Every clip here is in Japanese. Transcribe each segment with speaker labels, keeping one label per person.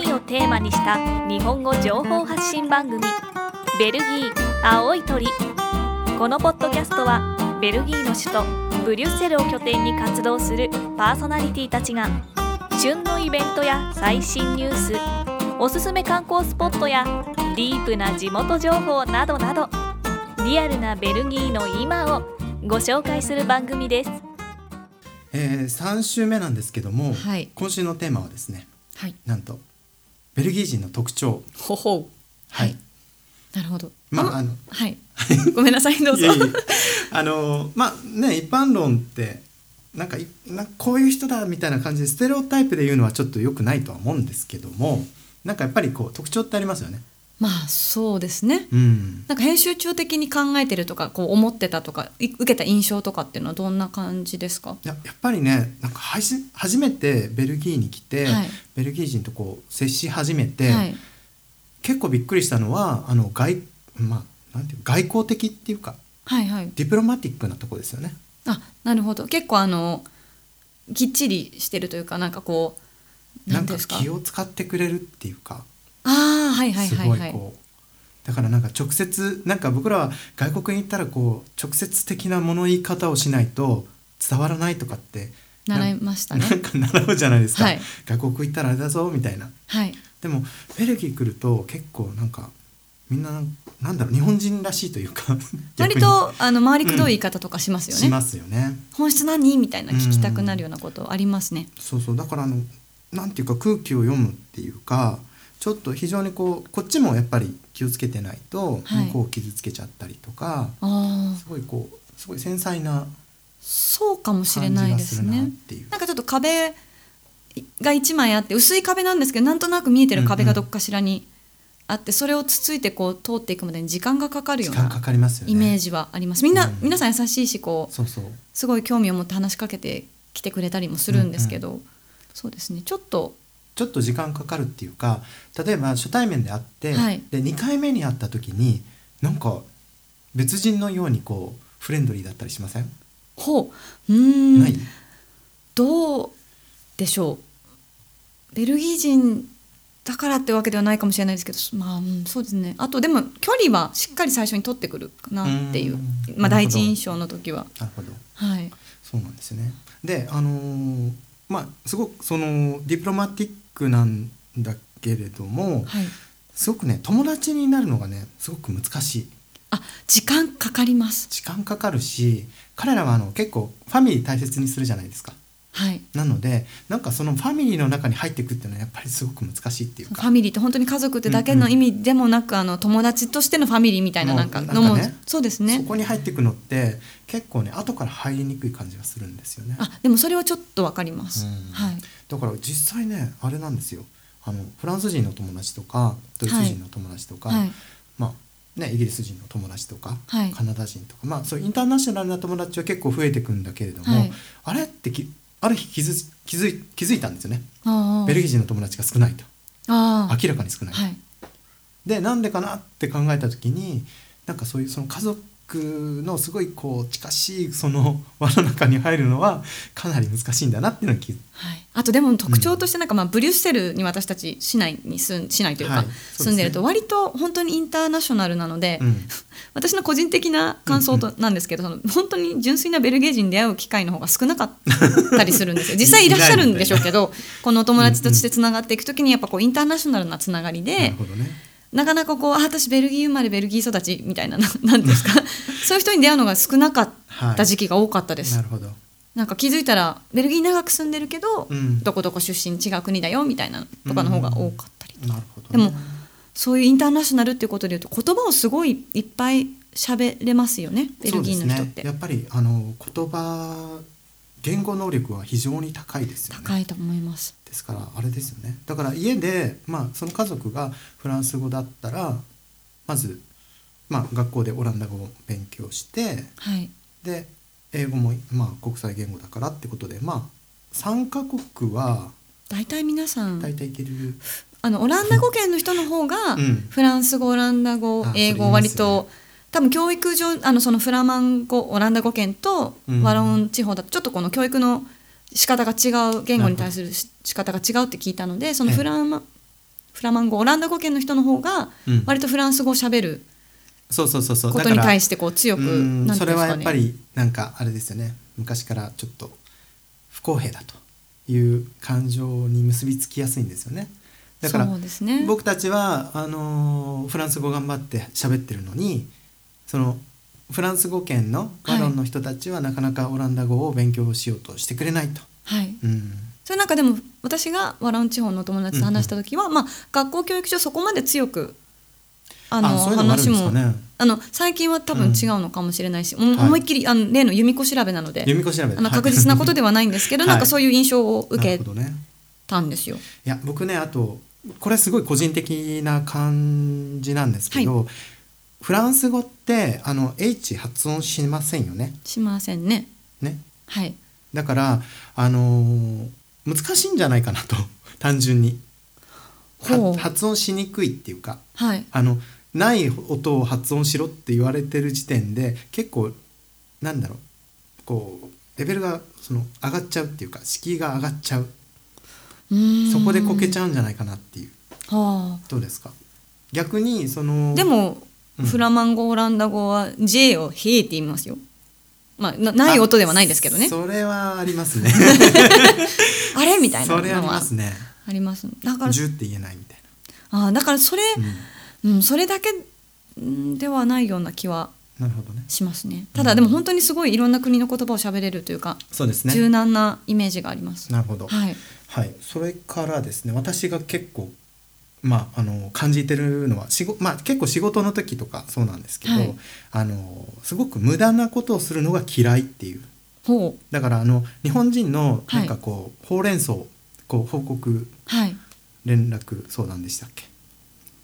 Speaker 1: にした日本語情報発信番組「ベルギー青い鳥」このポッドキャストはベルギーの首都ブリュッセルを拠点に活動するパーソナリティたちが旬のイベントや最新ニュースおすすめ観光スポットやディープな地元情報などなどリアルなベルギーの今をご紹介する番組です。
Speaker 2: えー、3週目なんですけども、
Speaker 3: はい
Speaker 2: 今週のテーマはですね
Speaker 3: はい。
Speaker 2: なんとベルギー人の特徴
Speaker 3: ほほ
Speaker 2: はい、
Speaker 3: う。なるほど。
Speaker 2: まああの
Speaker 3: はい。 ごめんなさい。どう
Speaker 2: い
Speaker 3: ぞ。
Speaker 2: やいや あのまあね一般論ってなんかいなんかこういう人だみたいな感じでステレオタイプで言うのはちょっと良くないとは思うんですけどもなんかやっぱりこう特徴ってありますよね。
Speaker 3: まあそうですね。
Speaker 2: うん、
Speaker 3: なんか編集中的に考えてるとかこう思ってたとかい受けた印象とかっていうのはどんな感じですか？
Speaker 2: いややっぱりねなんかはじ初めてベルギーに来て、
Speaker 3: はい
Speaker 2: ベルギー人とこう接し始めて、
Speaker 3: はい。
Speaker 2: 結構びっくりしたのはあの外,、まあ、なんていう外交的っていうか
Speaker 3: はいはい。
Speaker 2: ディプロマティックなとこですよね。
Speaker 3: あなるほど。結構あのきっちりしてるというかなんかこう
Speaker 2: なんか
Speaker 3: ていうんですか。
Speaker 2: 気を使ってくれるっていうか
Speaker 3: ああはいはい
Speaker 2: す
Speaker 3: はい
Speaker 2: ご
Speaker 3: はいい。
Speaker 2: こうだからなんか直接なんか僕らは外国に行ったらこう直接的な物言い方をしないと伝わらないとかって
Speaker 3: 習い
Speaker 2: なん
Speaker 3: ましたね
Speaker 2: な。んか習うじゃないですか、
Speaker 3: はい
Speaker 2: 外国行ったらあれだぞみたいな
Speaker 3: はい。
Speaker 2: でもベルギー来ると結構なんかみんななんだろう日本人らしいというか
Speaker 3: 割とあの回りくどい言い方とかします
Speaker 2: 逆
Speaker 3: よ
Speaker 2: に
Speaker 3: ね。
Speaker 2: しますよね。
Speaker 3: 本質何みたいな聞きたくなるようなことありますね。
Speaker 2: そうそうだからあのなんていうか空気を読むっていうかちょっと非常にこうこっちもやっぱり気をつけてないと
Speaker 3: はい
Speaker 2: 向こうを傷つけちゃったりとか、
Speaker 3: ああ
Speaker 2: すごいこうすごい繊細な
Speaker 3: そうかもしれ
Speaker 2: 感
Speaker 3: な
Speaker 2: じ
Speaker 3: い
Speaker 2: が
Speaker 3: ですす
Speaker 2: るなっ
Speaker 3: ね。
Speaker 2: ていう。
Speaker 3: なんかちょっと壁が1枚あって薄い壁なんですけどなんとなく見えてる壁がどっかしらにあってそれをつついてこう通っていくまでに時間がかかる
Speaker 2: 時
Speaker 3: よう
Speaker 2: 間か
Speaker 3: な
Speaker 2: かりますよね。
Speaker 3: イメージはあります。みんな
Speaker 2: うん
Speaker 3: 皆さん優しいしこう
Speaker 2: そうそう。
Speaker 3: すごい興味を持って話しかけてきてくれたりもするんですけどそうですねちょっと
Speaker 2: ちょっと時間かかるっていうか例えば初対面で会って、
Speaker 3: はい
Speaker 2: で2回目に会った時になんか別人のようにこうフレンドリーだったりしません、
Speaker 3: ほううー
Speaker 2: なんい
Speaker 3: どうでしょうベルギー人だからってわけではないかもしれないですけどまあ、うんそうですねあとでも距離はしっかり最初に取ってくるかなっていう
Speaker 2: うん
Speaker 3: ま
Speaker 2: な
Speaker 3: あ、
Speaker 2: る
Speaker 3: 第
Speaker 2: ほど
Speaker 3: 一印象の時は
Speaker 2: なるほど
Speaker 3: はい
Speaker 2: そうなんですね。であのーまあすごくそのディプロマティックなんだけれども
Speaker 3: はい
Speaker 2: すごくね友達になるのがねすごく難しい
Speaker 3: あ時間かかります
Speaker 2: 時間かかるし彼らはあの結構ファミリー大切にするじゃないですか。
Speaker 3: はい
Speaker 2: なのでなんかそのファミリーの中に入っていくっていうのはやっぱりすごく難しいっていう
Speaker 3: フ
Speaker 2: か
Speaker 3: ァミリーって本当に家族ってだけの意味でもなく、あの友達としてのファミリーみたいななんか
Speaker 2: もう
Speaker 3: のも
Speaker 2: なんかね
Speaker 3: そうですね
Speaker 2: そこに入っていくのって結構ね後から入りにくい感じがするんですよね。
Speaker 3: あでもそれはちょっとわかります、
Speaker 2: うん
Speaker 3: はい
Speaker 2: だから実際ねあれなんですよあのフランス人の友達とかドイツ人の友達とか、
Speaker 3: はい
Speaker 2: まあね、イギリス人の友達とか、
Speaker 3: はい
Speaker 2: カナダ人とか、まあ、そういうインターナショナルな友達は結構増えてくんだけれども、
Speaker 3: はい
Speaker 2: あれってきある日気づ気づい気づいたんですよね
Speaker 3: あー
Speaker 2: ベルギー人の友達が少ないと
Speaker 3: あ
Speaker 2: 明らかに少
Speaker 3: ー
Speaker 2: ない。
Speaker 3: はい
Speaker 2: でなんでかなって考えた時になんかそういうその家族のすごいこう近しいその 輪の中に入るのはかなり難しいんだなっていうのを気づ
Speaker 3: はい、あとでも特徴としてなんかまあブリュッセルに私たち市内に住ん市内というか、
Speaker 2: はいそうですね
Speaker 3: 住んでると割と本当にインターナショナルなので、
Speaker 2: うん
Speaker 3: 私の個人的な感想となんですけど、その本当に純粋なベルギー人に出会う機会の方が少なかったりするん ですよ実際いらっしゃるんでしょうけどこのお友達としてつながっていく時にやっぱこうインターナショナルなつながり
Speaker 2: な
Speaker 3: で
Speaker 2: るほどね。
Speaker 3: なかなかこうあ私ベルギー生まれベルギー育ちみたいなな な んですかそういう人に出会うのが少なかった時期が多かったです
Speaker 2: な。るほど。
Speaker 3: なんか気づいたらベルギー長く住んでるけど、
Speaker 2: うん
Speaker 3: どこどこ出身違う国だよみたいなのとかの方が多かったり、
Speaker 2: なるほど、ね。
Speaker 3: でもそういうインターナショナルっていうことでいうと言葉をすごいいっぱい喋れますよねベルギーの人
Speaker 2: そう
Speaker 3: っ
Speaker 2: です
Speaker 3: て、
Speaker 2: ね、やっぱりあの言葉言語能力は非常に高いですよね。
Speaker 3: 高いと思います
Speaker 2: ですからあれですよね。だから家でまあその家族がフランス語だったらまずまあ学校でオランダ語を勉強して
Speaker 3: はい
Speaker 2: で英語もまあ国際言語だからってことでまあ3カ国は
Speaker 3: 大体皆さん、
Speaker 2: 大体いける、
Speaker 3: あのオランダ語圏の人の方が、
Speaker 2: うん
Speaker 3: フランス語オランダ語
Speaker 2: あ
Speaker 3: 英語
Speaker 2: それ言い
Speaker 3: 割
Speaker 2: ますよね
Speaker 3: と多分教育上あのそのフラマン語オランダ語圏と
Speaker 2: うん
Speaker 3: ワロン地方だとちょっとこの教育の仕方が違う言語に対するし仕方が違うって聞いたのでそのフラマンフラマン語オランダ語圏の人の方が
Speaker 2: うん
Speaker 3: 割とフランス語をしゃべる
Speaker 2: そうそうそうそう
Speaker 3: こ
Speaker 2: だ
Speaker 3: と
Speaker 2: か
Speaker 3: に
Speaker 2: ら
Speaker 3: 対してこう強く
Speaker 2: うん
Speaker 3: なんて
Speaker 2: そ
Speaker 3: いうん
Speaker 2: れ
Speaker 3: です
Speaker 2: は
Speaker 3: か
Speaker 2: やっぱ
Speaker 3: ね
Speaker 2: りなんかあれですよね昔からちょっと不公平だという感情に結びつきやすいんですよねだから
Speaker 3: そうですね
Speaker 2: 僕たちはあのーフランス語頑張って喋ってるのにそのフランス語圏の
Speaker 3: は
Speaker 2: マ
Speaker 3: い
Speaker 2: ロンの人たちはなかなかオランダ語を勉強しようとしてくれないと。
Speaker 3: はい
Speaker 2: うん
Speaker 3: それなんかでも私がワラン地方のお友達と話した時は、まあ、学校教育上そこまで強くあの
Speaker 2: そういうのもあるん
Speaker 3: 話
Speaker 2: ですか
Speaker 3: も
Speaker 2: ね。
Speaker 3: あの最近は多分違うのかもしれないし、もう
Speaker 2: はい
Speaker 3: 思いっきりあの例の弓子調べなので
Speaker 2: 読み子調べ
Speaker 3: あの確実なことで
Speaker 2: は
Speaker 3: はないんですけど、なんかそういう印象を受
Speaker 2: なる
Speaker 3: け
Speaker 2: ほどね。
Speaker 3: たんですよ。
Speaker 2: いや僕ねあとこれすごい個人的な感じなんですけど、フランス語ってあの H 発音しませんよね。
Speaker 3: しませんね。
Speaker 2: ね
Speaker 3: はい。
Speaker 2: だからあのー難しいんじゃないかなと 単純に
Speaker 3: ほう
Speaker 2: は発音しにくいっていうか
Speaker 3: はい。
Speaker 2: あのない音を発音しろって言われてる時点で結構なんだろうこうレベルがその上がっちゃうっていうか敷居が上がっちゃう
Speaker 3: うーん
Speaker 2: そこでこけちゃうんじゃないかなっていう
Speaker 3: は
Speaker 2: どうですか逆にその
Speaker 3: あ。でも、
Speaker 2: うん
Speaker 3: フラマンゴオランダ語は J を「へ」って言いますよ。まあなない音ではないですけどね。
Speaker 2: それはあります ね
Speaker 3: あれみたいな
Speaker 2: それあ
Speaker 3: の
Speaker 2: り
Speaker 3: は
Speaker 2: ますね
Speaker 3: あります。だから
Speaker 2: 10って言えないみたい
Speaker 3: あーだからそれ、
Speaker 2: な、
Speaker 3: うん、それだけうんではないような気は
Speaker 2: うん、なるほどね
Speaker 3: しますね。
Speaker 2: うん
Speaker 3: ただでも本当にすごいいろんな国の言葉を喋れるというか、
Speaker 2: そうですね
Speaker 3: 柔軟なイメージがあります。
Speaker 2: なるほど
Speaker 3: はい。
Speaker 2: はい、それからですね私が結構、まあ、あの感じてるのは仕事、まあ、結構仕事の時とかそうなんですけど、
Speaker 3: はい
Speaker 2: あのすごく無駄なことをするのが嫌いっていう
Speaker 3: ほう。
Speaker 2: だからあの日本人の
Speaker 3: は
Speaker 2: な
Speaker 3: い
Speaker 2: んかこう、ほうれん草こう報告
Speaker 3: はい。
Speaker 2: 連絡相談でしたっけ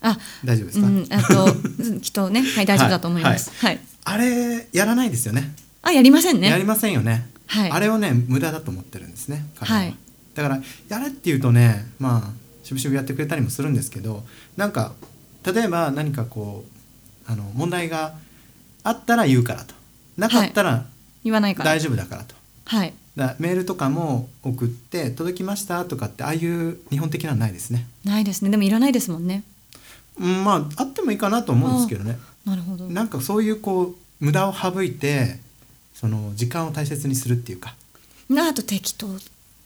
Speaker 3: あ、
Speaker 2: 大丈夫です
Speaker 3: う
Speaker 2: か、
Speaker 3: ん、あと うんきっとね、はい、大丈夫だと思います。はい。
Speaker 2: あれやらないですよね
Speaker 3: あ、やりません
Speaker 2: やり
Speaker 3: ね。
Speaker 2: ませんよね、
Speaker 3: はい。
Speaker 2: あれをね無駄だと思ってるんですね彼は、
Speaker 3: はい
Speaker 2: だからやれっていうとねまあしぶしぶやってくれたりもするんですけどなんか例えば何かこうあの問題があったら言うからとなかったら
Speaker 3: 言わないから。
Speaker 2: 大丈夫だからと、
Speaker 3: はい。
Speaker 2: だからメールとかも送って「届きました」とかってああいう日本的なのはないですね
Speaker 3: ないですね。でもいらないですもんね。
Speaker 2: うんまああってもいいかなと思うんですけどね
Speaker 3: なるほど。
Speaker 2: なんかそういうこう無駄を省いてその時間を大切にするっていうか
Speaker 3: なあと適当っ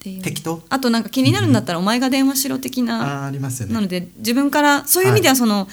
Speaker 3: ていう。
Speaker 2: 適当
Speaker 3: あとなんか気になるんだったらお前が電話しろ的
Speaker 2: あ
Speaker 3: な。
Speaker 2: ーありますよね
Speaker 3: なので自分からそういう意味ではその、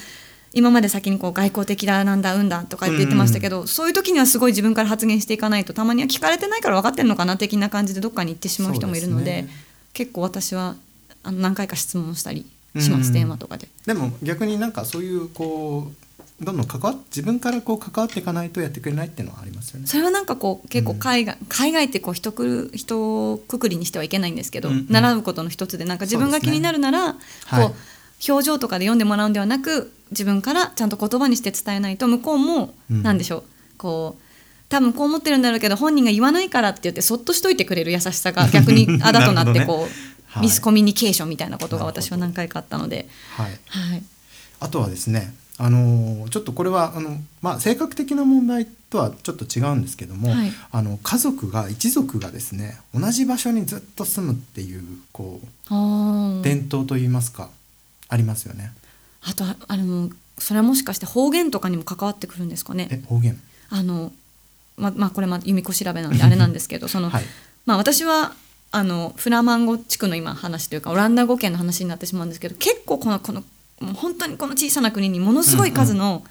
Speaker 3: 今まで先にこう外交的だなんだうんだとかって言ってましたけど、そういう時にはすごい自分から発言していかないとたまには聞かれてないから分かってるのかな的な感じでどっかに行ってしまう人もいる
Speaker 2: そ
Speaker 3: ので
Speaker 2: うですね
Speaker 3: 結構私はあの何回か質問したりします、
Speaker 2: うん
Speaker 3: 電話とかで。
Speaker 2: でも逆になんかそういうこうどんどん関わっ自分からこう関わっていかないとやってくれないっていうのはありますよね。
Speaker 3: それはなんかこう結構海外、海外ってこう人くる人くくりにしてはいけないんですけど、
Speaker 2: うんうん
Speaker 3: 習うことの一つでなんか自分が気になるなら、
Speaker 2: はい
Speaker 3: こう表情とかで読んでもらうんではなく自分からちゃんと言葉にして伝えないと向こうも
Speaker 2: うん
Speaker 3: なんでしょう、こう多分こう思ってるんだろうけど本人が言わないからって言ってそっとしといてくれる優し さが逆にあだとなっ
Speaker 2: な
Speaker 3: て
Speaker 2: るほどね
Speaker 3: こう、
Speaker 2: はい
Speaker 3: ミスコミュニケーションみたいなことが
Speaker 2: なるほど
Speaker 3: 私は何回かあったので。
Speaker 2: はい、
Speaker 3: はい
Speaker 2: あとはですね、あのーちょっとこれはあの、まあ、性格的な問題とはちょっと違うんですけども、
Speaker 3: はい
Speaker 2: あの家族が一族がですね同じ場所にずっと住むっていうこう
Speaker 3: あー
Speaker 2: 伝統といいますか、ありますよね。
Speaker 3: あとああのそれはもしかして方言とかにも関わってくるんですかね。
Speaker 2: え方言
Speaker 3: あのままあこれま由美子調べなんであれなんです けどその、
Speaker 2: はい
Speaker 3: まあ私はあのフラマンゴ地区の今話というかオランダ語圏の話になってしまうんですけど結構このこのもう本当にこの小さな国にものすごい数の、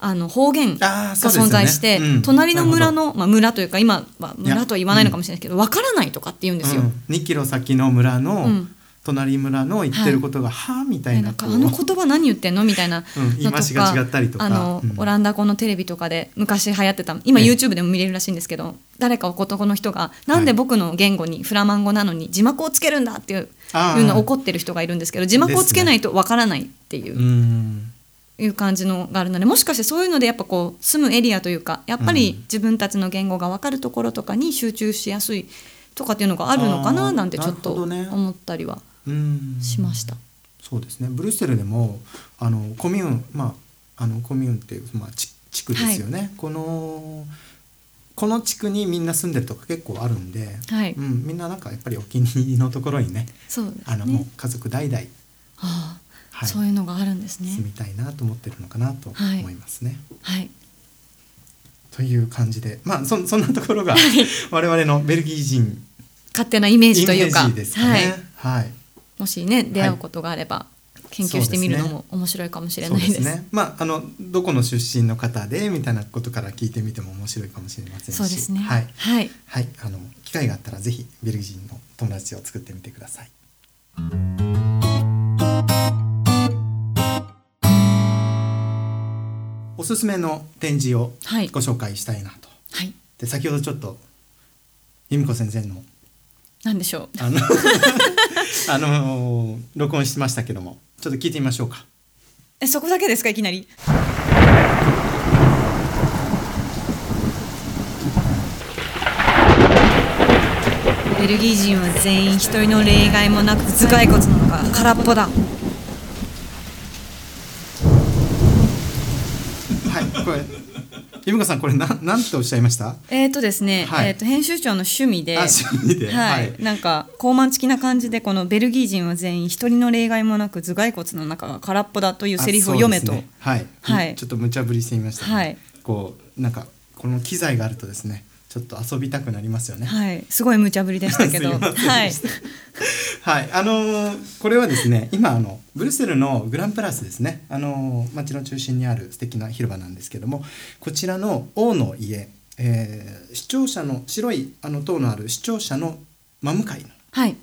Speaker 3: あの方言
Speaker 2: あ
Speaker 3: が
Speaker 2: ーそうですよね
Speaker 3: 存在して、
Speaker 2: うん
Speaker 3: 隣の村
Speaker 2: なる
Speaker 3: の、まあ、村というか今は村とは言わないのかもしれないですけどわからないとかって言うんですよ。
Speaker 2: うん、2キロ先の村の、
Speaker 3: うん
Speaker 2: 隣村の言ってることが「はあ」みたい
Speaker 3: な
Speaker 2: なん
Speaker 3: か
Speaker 2: こう
Speaker 3: あの言葉何言ってんのみたいな
Speaker 2: うん言い
Speaker 3: の
Speaker 2: 回しが違ったりとか
Speaker 3: あの、
Speaker 2: うん
Speaker 3: オランダ語のテレビとかで昔流行ってた今
Speaker 2: ええ
Speaker 3: YouTube でも見れるらしいんですけど、誰か男の人がなんで僕の言語にフラマン語なのに字幕をつけるんだっていう,、
Speaker 2: あー
Speaker 3: いうの怒ってる人がいるんですけど字幕をつけないとわからないっていう
Speaker 2: う。ん
Speaker 3: いう感じのがあるのでもしかしてそういうのでやっぱこう住むエリアというかやっぱり
Speaker 2: うん
Speaker 3: 自分たちの言語が分かるところとかに集中しやすいとかっていうのがあるのか
Speaker 2: あ
Speaker 3: な
Speaker 2: ー
Speaker 3: なんてちょっと
Speaker 2: なるほどね
Speaker 3: 思ったりは
Speaker 2: うん
Speaker 3: しました。
Speaker 2: そうですねブリュッセルでもあのコミューンまああのコミューンっていう、まあ、ち地区ですよね、このこの地区にみんな住んでるとか結構あるんで、
Speaker 3: はい
Speaker 2: うん、みんななんかやっぱりお気に入りのところにね
Speaker 3: そうですね
Speaker 2: あのもう家族代々
Speaker 3: ああ
Speaker 2: はい、
Speaker 3: そういうのがあるんですね。
Speaker 2: 住みたいなと思ってるのかなと
Speaker 3: はい
Speaker 2: 思いますね。
Speaker 3: はい、
Speaker 2: という感じで、まあそそんなところが我々のベルギー人
Speaker 3: 勝手なイメージという
Speaker 2: イ
Speaker 3: か、
Speaker 2: メージですかね。
Speaker 3: はい、
Speaker 2: はい、
Speaker 3: もしね出会うことがあれば、研究してみるのも面白いかもしれないです。
Speaker 2: そうですね。まああのどこの出身の方でみたいなことから聞いてみても面白いかもしれませんし、
Speaker 3: そうですね。
Speaker 2: はい
Speaker 3: はい、
Speaker 2: はいあの機会があったらぜひベルギー人の友達を作ってみてください。おすすめの展示を
Speaker 3: はい
Speaker 2: ご紹介したいなと。
Speaker 3: はい、
Speaker 2: で先ほどちょっと由美子先生の
Speaker 3: なんでしょう。
Speaker 2: あのあの録音しましたけどもちょっと聞いてみましょうか。
Speaker 3: えそこだけですかいきなり。ベルギー人は全員一人の例外もなく頭蓋骨なのか空っぽだ。
Speaker 2: はいこれ由美子さんこれなんなんておっしゃいました？
Speaker 3: えっ、とですね、
Speaker 2: はい
Speaker 3: えっ、と編集長の趣味で。
Speaker 2: あ趣味で
Speaker 3: は
Speaker 2: はいい、
Speaker 3: なんか高慢的な感じでこのベルギー人は全員一人の例外もなく頭蓋骨の中が空っぽだというセリフを読め
Speaker 2: あ
Speaker 3: と、
Speaker 2: そうですねはい、
Speaker 3: はい
Speaker 2: ちょっと無茶ぶりしてみました、ね
Speaker 3: はい
Speaker 2: こうなんかこの機材があるとですねちょっと遊びたくなりますよね
Speaker 3: はいすごい無茶ぶりでした けど
Speaker 2: すいませんでした
Speaker 3: はい
Speaker 2: はいあのーこれはですね今あのブルッセルのグランプラスですねあのー街の中心にある素敵な広場なんですけどもこちらの王の家、えー、視聴者の白いあの塔のある視聴者の真向かいの
Speaker 3: はい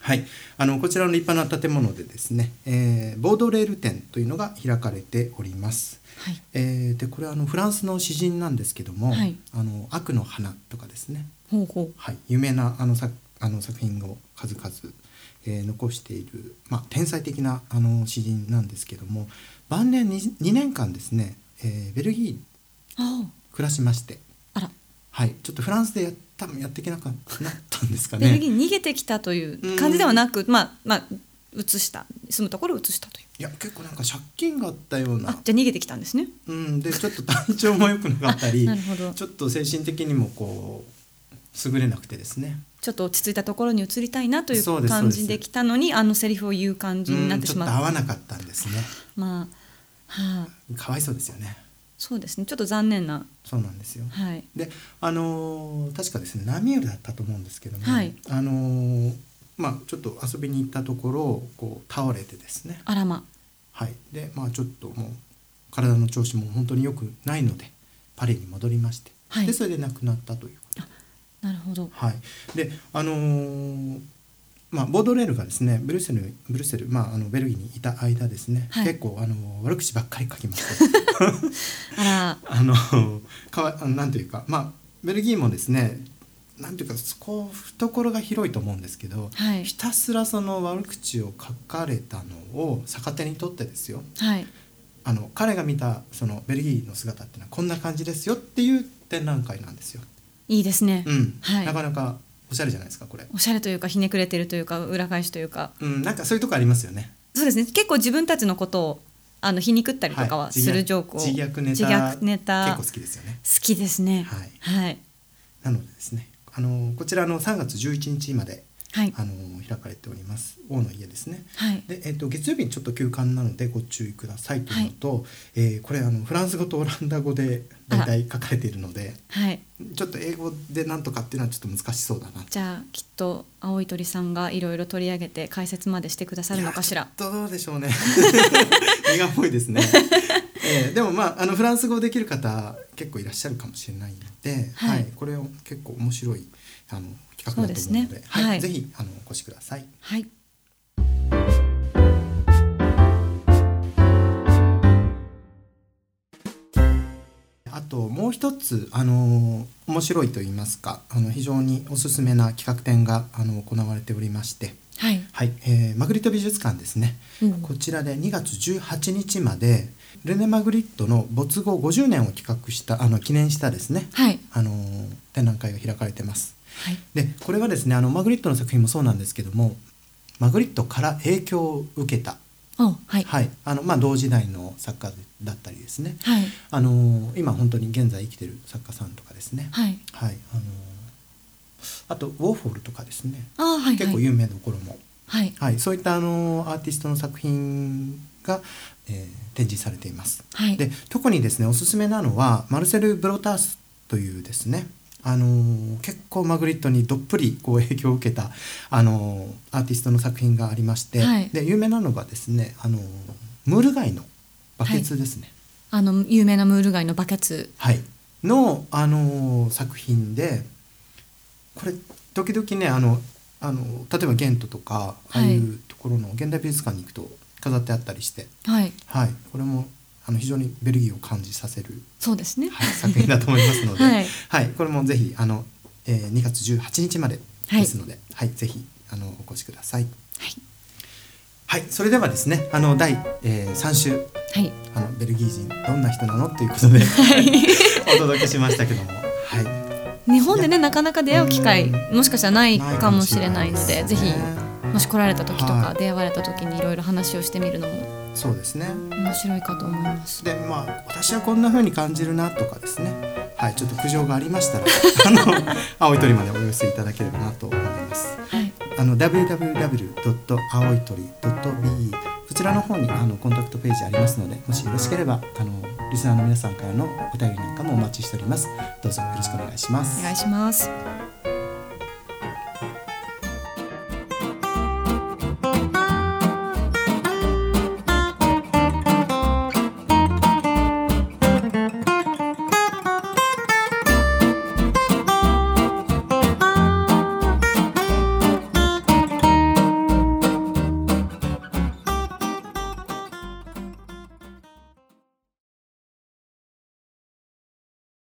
Speaker 2: はい、あのこちらの立派な建物でですね、えーボードレール展というのが開かれております。
Speaker 3: はい
Speaker 2: えーでこれはあのフランスの詩人なんですけども「
Speaker 3: はい
Speaker 2: あの悪の花」とかですね、
Speaker 3: ほうほう
Speaker 2: はい、有名なあの作あの作品を数々、えー残している、まあ、天才的なあの詩人なんですけども晩年 2, 2年間ですね、えーベルギーに
Speaker 3: あ
Speaker 2: 暮らしまして、
Speaker 3: ああら、
Speaker 2: はい、ちょっとフランスでや多分やっていけなかなったんですかね。
Speaker 3: ベルギーに逃げてきたという感じではなく、まあまあ移した住むところを移したという
Speaker 2: いや結構なんか借金があったような
Speaker 3: あじゃあ逃げてきたんですね
Speaker 2: うん、でちょっと体調も良くなかったり
Speaker 3: あなるほど
Speaker 2: ちょっと精神的にもこう優れなくてですね
Speaker 3: ちょっと落ち着いたところに移りたいなとい
Speaker 2: そう
Speaker 3: う
Speaker 2: です
Speaker 3: 感
Speaker 2: そう
Speaker 3: じ
Speaker 2: で
Speaker 3: です来たのにあのセリフを言う感じにな
Speaker 2: う
Speaker 3: っ
Speaker 2: ん
Speaker 3: て
Speaker 2: ち
Speaker 3: し
Speaker 2: ょっ
Speaker 3: ま
Speaker 2: と
Speaker 3: っ
Speaker 2: 合
Speaker 3: た
Speaker 2: わなかったんですね
Speaker 3: まあはあ
Speaker 2: かわいそうですよね
Speaker 3: そうですねちょっと残念な
Speaker 2: そうなんですよ
Speaker 3: はい
Speaker 2: であのー確かですねナミュールだったと思うんですけども、
Speaker 3: はい
Speaker 2: あのーまあちょっと遊びに行ったところこう倒れてですね
Speaker 3: あらま
Speaker 2: はいでまあちょっともう体の調子も本当に良くないのでパリに戻りまして、
Speaker 3: はい
Speaker 2: でそれで亡くなったという
Speaker 3: なるほど
Speaker 2: はい、であのーまあ、ボードレールがですねブルッセルブルッセル、まあ、あのベルギーにいた間ですね、
Speaker 3: はい
Speaker 2: 結構、あのー悪口ばっかり書きました
Speaker 3: あ
Speaker 2: あのーかわあのなんというか、まあ、ベルギーもですねなんというかそこ懐が広いと思うんですけど、
Speaker 3: らはい
Speaker 2: ひたすらその悪口を書かれたのを逆手にとってですよ
Speaker 3: はい
Speaker 2: あの彼が見たそのベルギーの姿っていうのはこんな感じですよっていう展覧会なんですよ。
Speaker 3: いいですね、
Speaker 2: うん
Speaker 3: はい
Speaker 2: なかなかおしゃれじゃないですかこれ。
Speaker 3: おしゃれというかひねくれてるというか裏返しというか
Speaker 2: うん、なんかそういうとこありますよね。
Speaker 3: そうですね結構自分たちのことをあの皮肉ったりとか
Speaker 2: は
Speaker 3: はいするジョークを、
Speaker 2: 自虐ネタ
Speaker 3: 自虐ネタ
Speaker 2: 結構好きですよね。
Speaker 3: 好きですね
Speaker 2: はい
Speaker 3: はい
Speaker 2: なのでですね、あのこちらの3月11日まで
Speaker 3: はい
Speaker 2: あの開かれております王の家ですね。
Speaker 3: はい
Speaker 2: で、えっと月曜日にちょっと休館なのでご注意くださいというのと、えーこれあのフランス語とオランダ語で大体書かれているので、
Speaker 3: はい
Speaker 2: ちょっと英語でなんとかっていうのはちょっと難しそうだな。
Speaker 3: じゃあきっと青い鳥さんがいろいろ取り上げて解説までしてくださるのかしら
Speaker 2: いやちょっとどうでしょうね。 荷が重い ですね。えーでもまああのフランス語できる方結構いらっしゃるかもしれないので、
Speaker 3: は
Speaker 2: はいい、これを結構面白いあの企画だと
Speaker 3: そう
Speaker 2: 思うの
Speaker 3: で
Speaker 2: で、
Speaker 3: すね
Speaker 2: はい、
Speaker 3: はい
Speaker 2: ぜひあのお越しください。
Speaker 3: はい
Speaker 2: あともう一つあの面白いと言いますか、あの非常におすすめな企画展があの行われておりまして、
Speaker 3: はい
Speaker 2: はい、えーマグリット美術館ですね。
Speaker 3: うん
Speaker 2: こちらで2月18日までレネ・マグリットの没後50年を企画したあの記念したですね、
Speaker 3: はい
Speaker 2: あのー展覧会が開かれてます。
Speaker 3: はい
Speaker 2: でこれはですねあのマグリットの作品もそうなんですけどもマグリットから影響を受けた、
Speaker 3: おはいはい
Speaker 2: はいあのまあ、同時代の作家だったりですね、
Speaker 3: はい
Speaker 2: あのー今本当に現在生きてる作家さんとかですね、
Speaker 3: はい
Speaker 2: はいあのーあとウォーホルとかですね
Speaker 3: あーはいはい
Speaker 2: 結構有名どころも
Speaker 3: はい
Speaker 2: はい、そういったあのアーティストの作品が、えー展示されています。
Speaker 3: はい
Speaker 2: で特にですねおすすめなのはマルセル・ブロタースというですねあのー結構マグリットにどっぷりこう影響を受けた、あのーアーティストの作品がありまして、
Speaker 3: はい
Speaker 2: で有名なのがですね、あのームール貝のバケツですね、
Speaker 3: あの有名なムール貝のバケツ
Speaker 2: はいの、あのー作品でこれ時々ねあのあの例えばゲントとかああいうところの現代美術館に行くと飾ってあったりして、
Speaker 3: はい
Speaker 2: はい、これもあの非常にベルギーを感じさせる
Speaker 3: そうですね
Speaker 2: はい作品だと思いますので、
Speaker 3: はい
Speaker 2: これもぜひあの、えー、2月18日までですので、はいぜひあのお越しください。
Speaker 3: はい、
Speaker 2: はい、それではですねあの第、えー、3週
Speaker 3: はい、
Speaker 2: あのベルギー人どんな人なのということで、 お届けしましたけども、は
Speaker 3: 日本でねなかなか出会う機会
Speaker 2: う
Speaker 3: もしかしたらない
Speaker 2: い、
Speaker 3: かもしれないので
Speaker 2: す
Speaker 3: ぜひもし来られた時と
Speaker 2: は
Speaker 3: か
Speaker 2: い
Speaker 3: 出会われた時にいろいろ話をしてみるのも
Speaker 2: そうですね。
Speaker 3: 面白いかと思います。
Speaker 2: でまあ私はこんな風に感じるなとかですね。はい、ちょっと苦情がありましたら、 あの青い鳥までお寄せいただければなと思います。
Speaker 3: はい、
Speaker 2: あの www.aoitori.be こちらの方にあのコンタクトページありますのでもしよろしければあのリスナーの皆さんからのお便りなんかもお待ちしておりますどうぞよろしくお願いします
Speaker 3: お願いします。